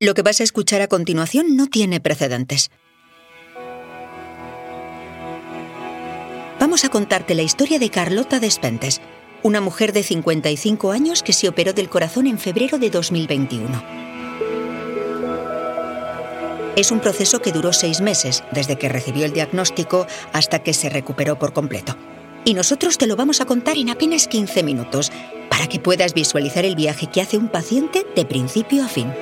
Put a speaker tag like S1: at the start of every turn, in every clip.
S1: Lo que vas a escuchar a continuación no tiene precedentes. Vamos a contarte la historia de Carlota Despentes, una mujer de 55 años que se operó del corazón en febrero de 2021. Es un proceso que duró seis meses, desde que recibió el diagnóstico hasta que se recuperó por completo. Y nosotros te lo vamos a contar en apenas 15 minutos, para que puedas visualizar el viaje que hace un paciente de principio a fin.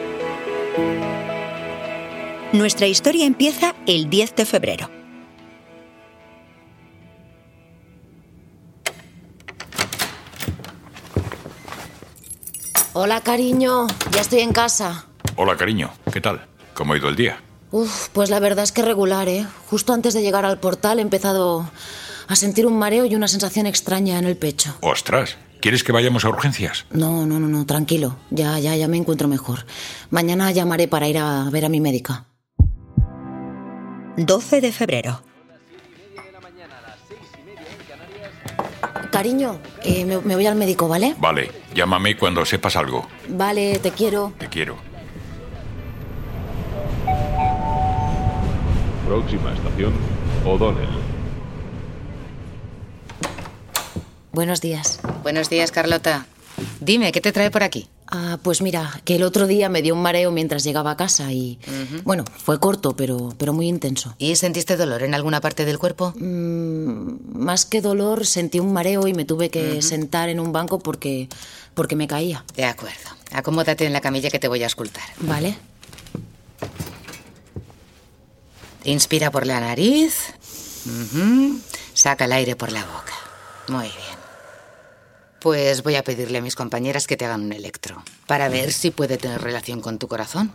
S1: Nuestra historia empieza el 10 de febrero.
S2: Hola, cariño. Ya estoy en casa.
S3: Hola, cariño. ¿Qué tal? ¿Cómo ha ido el día?
S2: Uf, pues la verdad es que regular, ¿eh? Justo antes de llegar al portal he empezado a sentir un mareo y una sensación extraña en el pecho.
S3: ¡Ostras! ¿Quieres que vayamos a urgencias?
S2: No, no, no, no, tranquilo. Ya, ya, ya me encuentro mejor. Mañana llamaré para ir a ver a mi médica.
S1: 12 de febrero.
S2: Cariño, eh, me, me voy al médico, ¿vale?
S3: Vale, llámame cuando sepas algo.
S2: Vale, te quiero.
S3: Te quiero.
S4: Próxima estación, O'Donnell.
S2: Buenos días.
S5: Buenos días, Carlota. Dime, ¿qué te trae por aquí?
S2: Ah, pues mira, que el otro día me dio un mareo mientras llegaba a casa y... Bueno, fue corto, pero, pero muy intenso.
S5: ¿Y sentiste dolor en alguna parte del cuerpo?
S2: Mm, más que dolor, sentí un mareo y me tuve que sentar en un banco porque, porque me caía.
S5: De acuerdo. Acomódate en la camilla que te voy a auscultar.
S2: ¿Vale?
S5: Inspira por la nariz. Ujú. Saca el aire por la boca. Muy bien. Pues voy a pedirle a mis compañeras que te hagan un electro para ver si puede tener relación con tu corazón.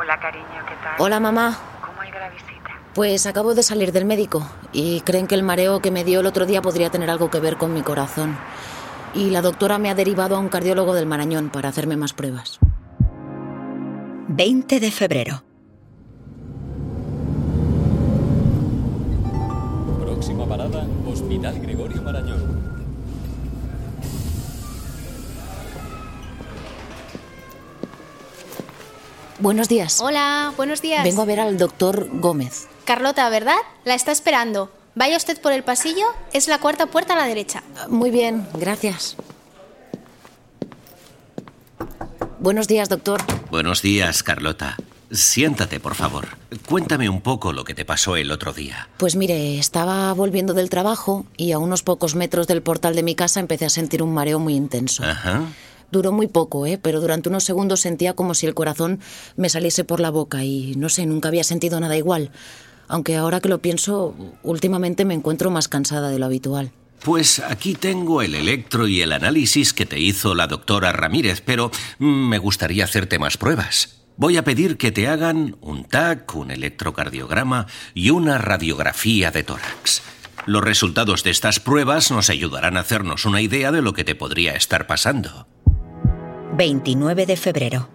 S6: Hola cariño, ¿qué tal?
S2: Hola, mamá.
S6: ¿Cómo ha ido la visita?
S2: Pues acabo de salir del médico y creen que el mareo que me dio el otro día podría tener algo que ver con mi corazón. Y la doctora me ha derivado a un cardiólogo del Marañón para hacerme más pruebas.
S1: 20 de febrero.
S7: Próxima parada, Hospital Gregorio Marañón.
S2: Buenos días.
S8: Hola, buenos días.
S2: Vengo a ver al doctor Gómez.
S8: Carlota, ¿verdad? La está esperando. Vaya usted por el pasillo, es la cuarta puerta a la derecha.
S2: Muy bien, gracias. Buenos días, doctor.
S9: Buenos días, Carlota. Siéntate, por favor. Cuéntame un poco lo que te pasó el otro día.
S2: Pues mire, estaba volviendo del trabajo y a unos pocos metros del portal de mi casa empecé a sentir un mareo muy intenso.
S9: Ajá.
S2: Duró muy poco, ¿eh? pero durante unos segundos sentía como si el corazón me saliese por la boca y no sé, nunca había sentido nada igual. Aunque ahora que lo pienso, últimamente me encuentro más cansada de lo habitual.
S9: Pues aquí tengo el electro y el análisis que te hizo la doctora Ramírez, pero mm, me gustaría hacerte más pruebas. Voy a pedir que te hagan un TAC, un electrocardiograma y una radiografía de tórax. Los resultados de estas pruebas nos ayudarán a hacernos una idea de lo que te podría estar pasando.
S1: 29 de febrero.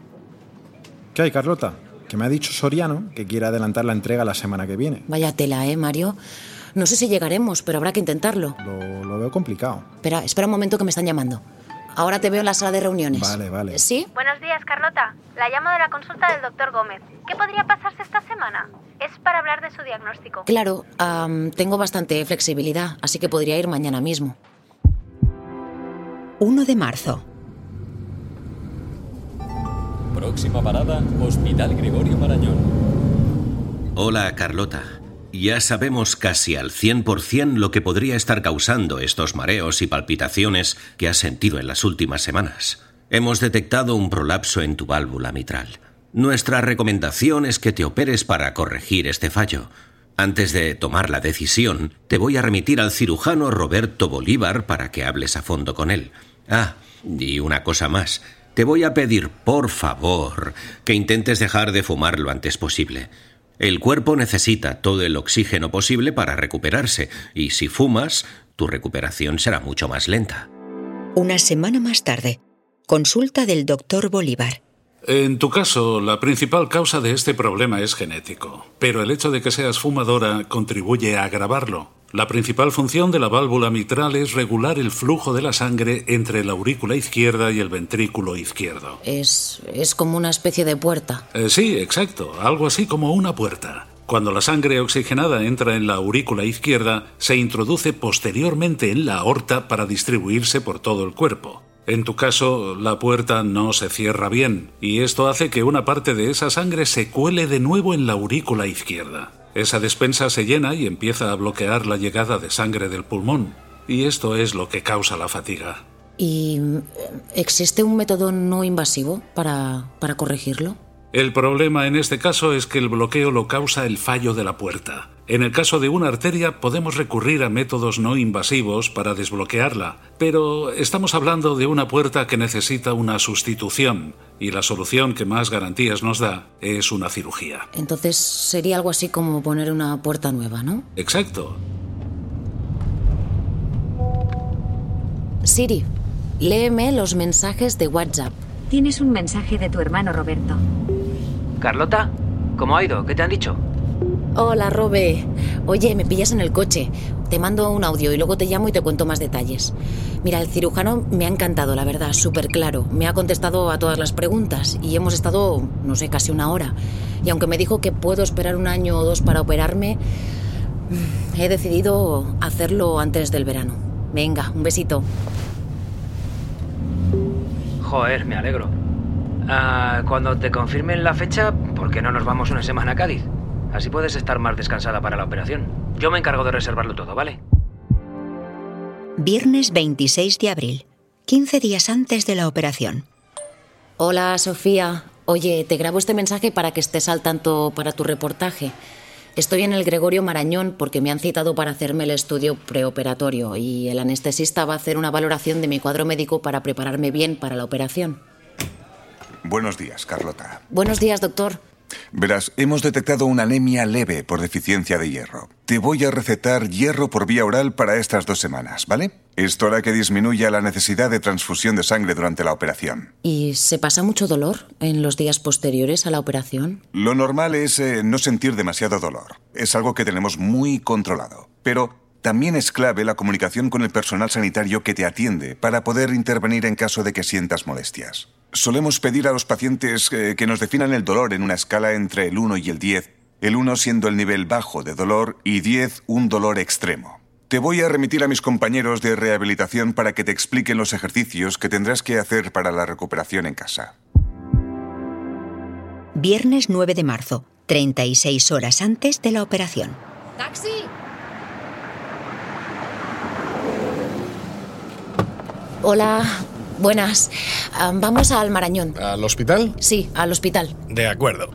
S10: ¿Qué hay, Carlota? Que me ha dicho Soriano que quiere adelantar la entrega la semana que viene.
S2: Vaya tela, ¿eh, Mario? No sé si llegaremos, pero habrá que intentarlo.
S10: Lo, lo veo complicado.
S2: Espera, espera un momento que me están llamando. Ahora te veo en la sala de reuniones.
S10: Vale, vale.
S2: ¿Sí?
S6: Buenos días, Carlota. La llamo de la consulta del doctor Gómez. ¿Qué podría pasarse esta semana? Es para hablar de su diagnóstico.
S2: Claro, am, tengo bastante flexibilidad, así que podría ir mañana mismo.
S1: 1 de marzo.
S7: Próxima parada, Hospital Gregorio Marañón.
S9: Hola, Carlota. Ya sabemos casi al 100% lo que podría estar causando estos mareos y palpitaciones que has sentido en las últimas semanas. Hemos detectado un prolapso en tu válvula mitral. Nuestra recomendación es que te operes para corregir este fallo. Antes de tomar la decisión, te voy a remitir al cirujano Roberto Bolívar para que hables a fondo con él. Ah, y una cosa más. Te voy a pedir, por favor, que intentes dejar de fumar lo antes posible. El cuerpo necesita todo el oxígeno posible para recuperarse, y si fumas, tu recuperación será mucho más lenta.
S1: Una semana más tarde. Consulta del doctor Bolívar.
S11: En tu caso, la principal causa de este problema es genético, pero el hecho de que seas fumadora contribuye a agravarlo. La principal función de la válvula mitral es regular el flujo de la sangre entre la aurícula izquierda y el ventrículo izquierdo.
S2: Es, es como una especie de puerta.
S11: Eh, sí, exacto, algo así como una puerta. Cuando la sangre oxigenada entra en la aurícula izquierda, se introduce posteriormente en la aorta para distribuirse por todo el cuerpo. En tu caso, la puerta no se cierra bien, y esto hace que una parte de esa sangre se cuele de nuevo en la aurícula izquierda. Esa despensa se llena y empieza a bloquear la llegada de sangre del pulmón, y esto es lo que causa la fatiga.
S2: ¿Y eh, existe un método no invasivo para, para corregirlo?
S11: El problema en este caso es que el bloqueo lo causa el fallo de la puerta. En el caso de una arteria podemos recurrir a métodos no invasivos para desbloquearla, pero estamos hablando de una puerta que necesita una sustitución y la solución que más garantías nos da es una cirugía.
S2: Entonces sería algo así como poner una puerta nueva, ¿no?
S11: Exacto.
S2: Siri, léeme los mensajes de WhatsApp.
S12: Tienes un mensaje de tu hermano Roberto.
S13: Carlota, ¿cómo ha ido? ¿Qué te han dicho?
S2: Hola, Robe. Oye, me pillas en el coche. Te mando un audio y luego te llamo y te cuento más detalles. Mira, el cirujano me ha encantado, la verdad, súper claro. Me ha contestado a todas las preguntas y hemos estado, no sé, casi una hora. Y aunque me dijo que puedo esperar un año o dos para operarme, mm, he decidido hacerlo antes del verano. Venga, un besito.
S13: Joder, me alegro. Ah, cuando te confirmen la fecha, ¿por qué no nos vamos una semana a Cádiz? Así puedes estar más descansada para la operación. Yo me encargo de reservarlo todo, ¿vale?
S1: Viernes 26 de abril, 15 días antes de la operación.
S2: Hola, Sofía. Oye, te grabo este mensaje para que estés al tanto para tu reportaje. Estoy en el Gregorio Marañón porque me han citado para hacerme el estudio preoperatorio y el anestesista va a hacer una valoración de mi cuadro médico para prepararme bien para la operación.
S14: Buenos días, Carlota.
S2: Buenos días, doctor.
S14: Verás, hemos detectado una anemia leve por deficiencia de hierro. Te voy a recetar hierro por vía oral para estas dos semanas, ¿vale? Esto hará que disminuya la necesidad de transfusión de sangre durante la operación.
S2: ¿Y se pasa mucho dolor en los días posteriores a la operación?
S14: Lo normal es eh, no sentir demasiado dolor. Es algo que tenemos muy controlado. Pero también es clave la comunicación con el personal sanitario que te atiende para poder intervenir en caso de que sientas molestias. Solemos pedir a los pacientes eh, que nos definan el dolor en una escala entre el 1 y el 10, el 1 siendo el nivel bajo de dolor y 10 un dolor extremo. Te voy a remitir a mis compañeros de rehabilitación para que te expliquen los ejercicios que tendrás que hacer para la recuperación en casa.
S1: Viernes 9 de marzo, 36 horas antes de la operación.
S15: ¡Taxi!
S2: Hola, buenas. Ah, vamos al Marañón.
S16: ¿Al hospital?
S2: Sí, al hospital.
S16: De acuerdo.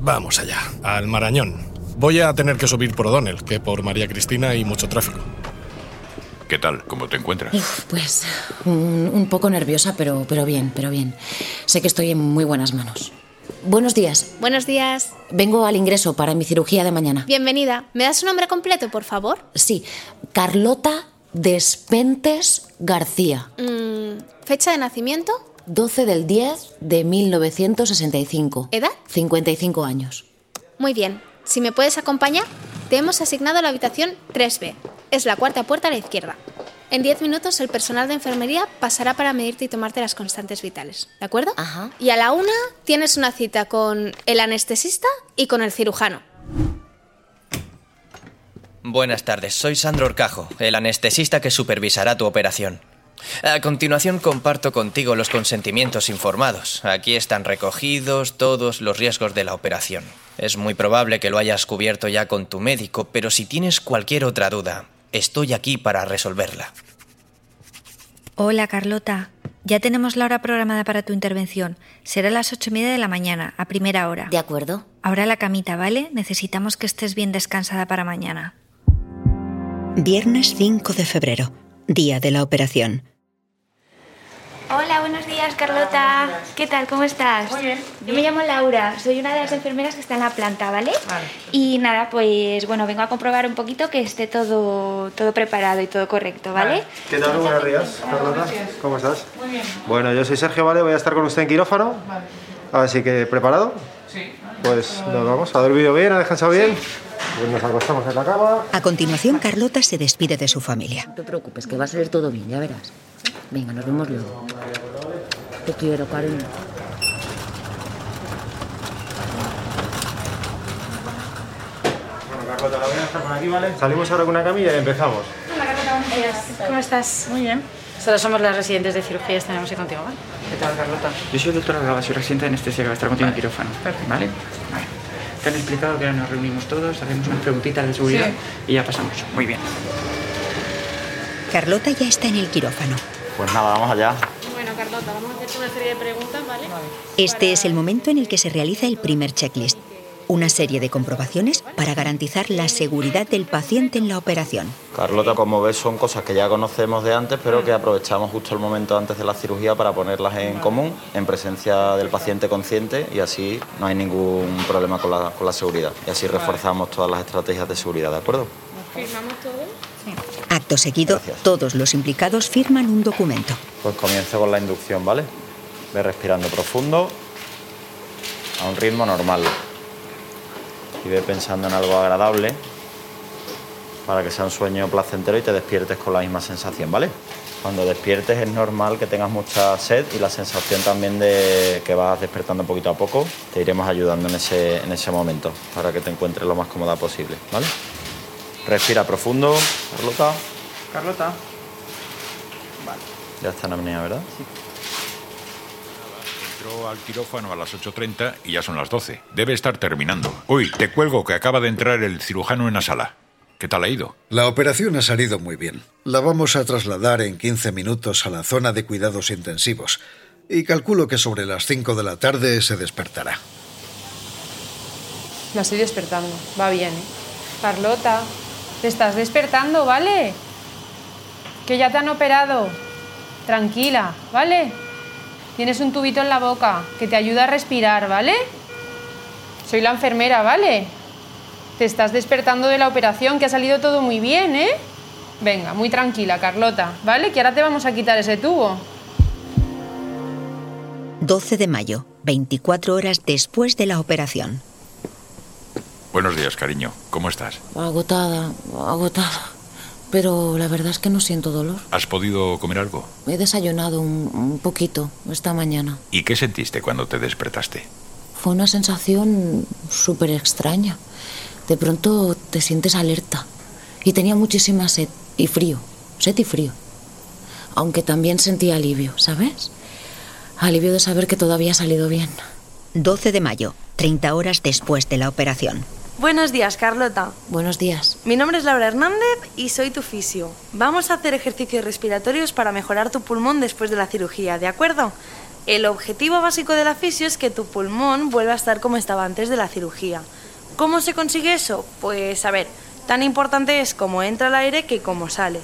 S16: Vamos allá, al Marañón. Voy a tener que subir por O'Donnell, que por María Cristina hay mucho tráfico.
S3: ¿Qué tal? ¿Cómo te encuentras?
S2: Uf, pues un, un poco nerviosa, pero, pero bien, pero bien. Sé que estoy en muy buenas manos. Buenos días.
S8: Buenos días.
S2: Vengo al ingreso para mi cirugía de mañana.
S8: Bienvenida. ¿Me das su nombre completo, por favor?
S2: Sí, Carlota Despentes García.
S8: Mm, ¿Fecha de nacimiento?
S2: 12 del 10 de 1965.
S8: ¿Edad?
S2: 55 años.
S8: Muy bien. Si me puedes acompañar, te hemos asignado la habitación 3B. Es la cuarta puerta a la izquierda. En 10 minutos el personal de enfermería pasará para medirte y tomarte las constantes vitales, ¿de acuerdo?
S2: Ajá.
S8: Y a la una tienes una cita con el anestesista y con el cirujano.
S13: Buenas tardes, soy Sandro Orcajo, el anestesista que supervisará tu operación. A continuación comparto contigo los consentimientos informados. Aquí están recogidos todos los riesgos de la operación. Es muy probable que lo hayas cubierto ya con tu médico, pero si tienes cualquier otra duda, estoy aquí para resolverla.
S17: Hola, Carlota. Ya tenemos la hora programada para tu intervención. Será a las ocho y media de la mañana, a primera hora.
S2: De acuerdo.
S17: Ahora la camita, ¿vale? Necesitamos que estés bien descansada para mañana.
S1: Viernes 5 de febrero, día de la operación.
S18: Hola, buenos días, Carlota. ¿Qué tal? ¿Cómo estás?
S19: Muy bien.
S18: Yo me llamo Laura, soy una de las enfermeras que está en la planta, ¿vale?
S19: Vale.
S18: Y nada, pues bueno, vengo a comprobar un poquito que esté todo, todo preparado y todo correcto, ¿vale?
S20: ¿Qué tal? Buenos días, Carlota. ¿Cómo estás? Muy bien. Bueno, yo soy Sergio, ¿vale? Voy a estar con usted en quirófano.
S19: Vale.
S20: Así que, ¿preparado?
S19: Sí.
S20: Pues nos vamos. ¿Ha dormido bien? ¿Ha descansado bien? Nos acostamos en la cama.
S1: A continuación, Carlota se despide de su familia.
S2: No te preocupes, que va a salir todo bien, ya verás. Venga, nos vemos luego. Te quiero, cariño.
S20: Bueno, Carlota, la voy a dejar por aquí, ¿vale? Salimos ahora con una camilla y empezamos.
S15: Hola, Carlota, buenos días. ¿Cómo estás? Muy bien. Solo somos las residentes de cirugía y estaremos ahí contigo, ¿vale?
S19: ¿Qué tal, Carlota? Yo soy el doctor Algaba, soy residente de anestesia que va a estar contigo en quirófano.
S15: perfecto.
S19: ¿Vale? Vale. Te han explicado que ahora nos reunimos todos, hacemos unas preguntitas de seguridad y ya pasamos. Muy bien.
S1: Carlota ya está en el quirófano.
S19: Pues nada, vamos allá.
S15: Bueno, Carlota, vamos a hacerte una serie de preguntas, ¿vale?
S1: Este es el momento en el que se realiza el primer checklist, una serie de comprobaciones para garantizar la seguridad del paciente en la operación.
S21: Carlota, como ves, son cosas que ya conocemos de antes, pero que aprovechamos justo el momento antes de la cirugía para ponerlas en común, en presencia del paciente consciente, y así no hay ningún problema con la, con la seguridad. Y así reforzamos todas las estrategias de seguridad, ¿de acuerdo?
S15: ¿Firmamos todo?
S1: Acto seguido, todos los implicados firman un documento.
S21: Pues comienzo con la inducción, ¿vale? Ve respirando profundo, a un ritmo normal. Y ve pensando en algo agradable para que sea un sueño placentero y te despiertes con la misma sensación, ¿vale? Cuando despiertes es normal que tengas mucha sed y la sensación también de que vas despertando poquito a poco. Te iremos ayudando en ese, en ese momento para que te encuentres lo más cómoda posible, ¿vale? Respira profundo, Carlota.
S19: Carlota. Vale.
S21: Ya está en apnea, ¿verdad?
S3: Entró al quirófano a las 8.30 y ya son las 12. Debe estar terminando. Uy, te cuelgo que acaba de entrar el cirujano en la sala. ¿Qué tal ha ido?
S22: La operación ha salido muy bien. La vamos a trasladar en 15 minutos a la zona de cuidados intensivos y calculo que sobre las 5 de la tarde se despertará.
S15: La estoy despertando. Va bien, ¿eh? Carlota, te estás despertando, ¿vale? Que ya te han operado. Tranquila, Ah, ¿vale? Tienes un tubito en la boca que te ayuda a respirar, ¿vale? Soy la enfermera, ¿vale? Te estás despertando de la operación, que ha salido todo muy bien, ¿eh? Venga, muy tranquila, Carlota, ¿vale? Que ahora te vamos a quitar ese tubo.
S1: 12 de mayo, 24 horas después de la operación.
S3: Buenos días, cariño. ¿Cómo estás?
S2: Agotada, agotada. Pero la verdad es que no siento dolor.
S3: ¿Has podido comer algo?
S2: He desayunado un, un poquito esta mañana.
S3: ¿Y qué sentiste cuando te despertaste?
S2: Fue una sensación súper extraña. De pronto te sientes alerta. Y tenía muchísima sed y frío. Sed y frío. Aunque también sentí alivio, ¿sabes? Alivio de saber que todo había salido bien.
S1: 12 de mayo, 30 horas después de la operación.
S23: Buenos días, Carlota.
S2: Buenos días.
S23: Mi nombre es Laura Hernández y soy tu fisio. Vamos a hacer ejercicios respiratorios para mejorar tu pulmón después de la cirugía, ¿de acuerdo? El objetivo básico de la fisio es que tu pulmón vuelva a estar como estaba antes de la cirugía. ¿Cómo se consigue eso? Pues a ver, tan importante es cómo entra el aire que cómo sale.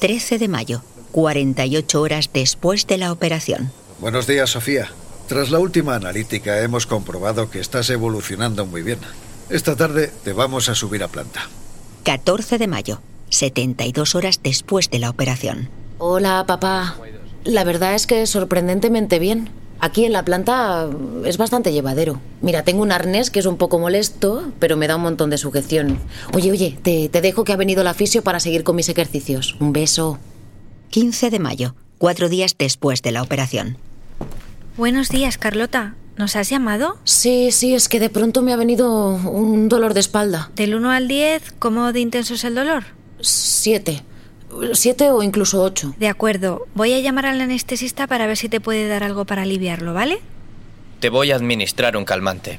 S1: 13 de mayo, 48 horas después de la operación.
S22: Buenos días, Sofía. Tras la última analítica hemos comprobado que estás evolucionando muy bien. Esta tarde te vamos a subir a planta.
S1: 14 de mayo, 72 horas después de la operación.
S2: Hola, papá. La verdad es que sorprendentemente bien. Aquí en la planta es bastante llevadero. Mira, tengo un arnés que es un poco molesto, pero me da un montón de sujeción. Oye, oye, te, te dejo que ha venido la fisio para seguir con mis ejercicios. Un beso.
S1: 15 de mayo, cuatro días después de la operación.
S17: Buenos días, Carlota. ¿Nos has llamado?
S2: Sí, sí, es que de pronto me ha venido un dolor de espalda.
S17: Del 1 al 10, ¿cómo de intenso es el dolor?
S2: 7. 7 o incluso 8.
S17: De acuerdo, voy a llamar al anestesista para ver si te puede dar algo para aliviarlo, ¿vale?
S13: Te voy a administrar un calmante.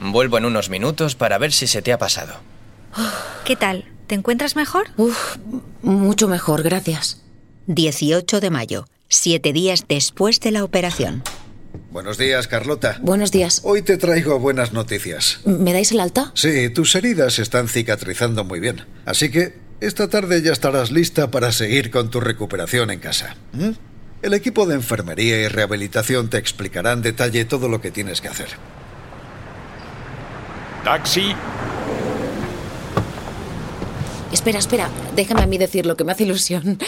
S13: Vuelvo en unos minutos para ver si se te ha pasado.
S17: ¿Qué tal? ¿Te encuentras mejor?
S2: Uf, mucho mejor, gracias.
S1: 18 de mayo, siete días después de la operación.
S22: Buenos días, Carlota.
S2: Buenos días.
S22: Hoy te traigo buenas noticias.
S2: ¿Me dais el alta?
S22: Sí, tus heridas están cicatrizando muy bien. Así que esta tarde ya estarás lista para seguir con tu recuperación en casa. ¿Mm? El equipo de enfermería y rehabilitación te explicará en detalle todo lo que tienes que hacer.
S3: Taxi.
S2: Espera, espera, déjame a mí decir lo que me hace ilusión.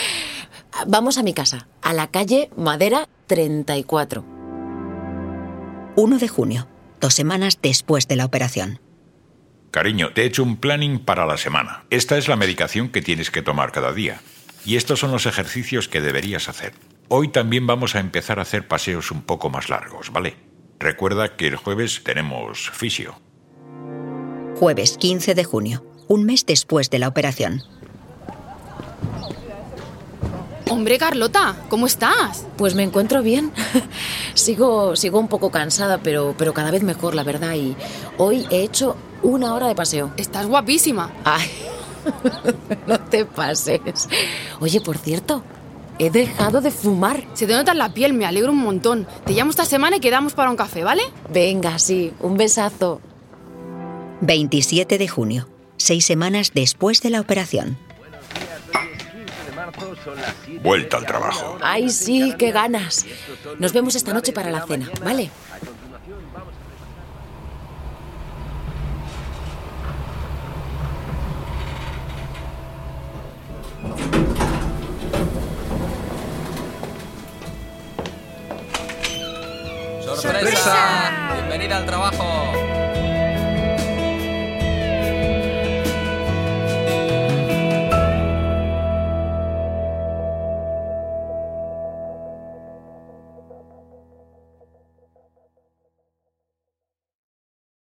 S2: Vamos a mi casa, a la calle Madera 34.
S1: 1 de junio, dos semanas después de la operación.
S3: Cariño, te he hecho un planning para la semana. Esta es la medicación que tienes que tomar cada día. Y estos son los ejercicios que deberías hacer. Hoy también vamos a empezar a hacer paseos un poco más largos, ¿vale? Recuerda que el jueves tenemos fisio.
S1: Jueves 15 de junio, un mes después de la operación.
S4: Hombre, Carlota, ¿cómo estás?
S2: Pues me encuentro bien. sigo, sigo un poco cansada, pero, pero cada vez mejor, la verdad. Y hoy he hecho una hora de paseo.
S4: Estás guapísima.
S2: Ay, no te pases. Oye, por cierto, he dejado de fumar.
S4: Se te nota en la piel, me alegro un montón. Te llamo esta semana y quedamos para un café, ¿vale?
S2: Venga, sí, un besazo.
S1: 27 de junio, seis semanas después de la operación.
S3: Vuelta al trabajo.
S2: Ay, sí, qué ganas. Nos vemos esta noche para la cena, ¿vale?
S13: ¡Sorpresa! ¡Bienvenida al trabajo!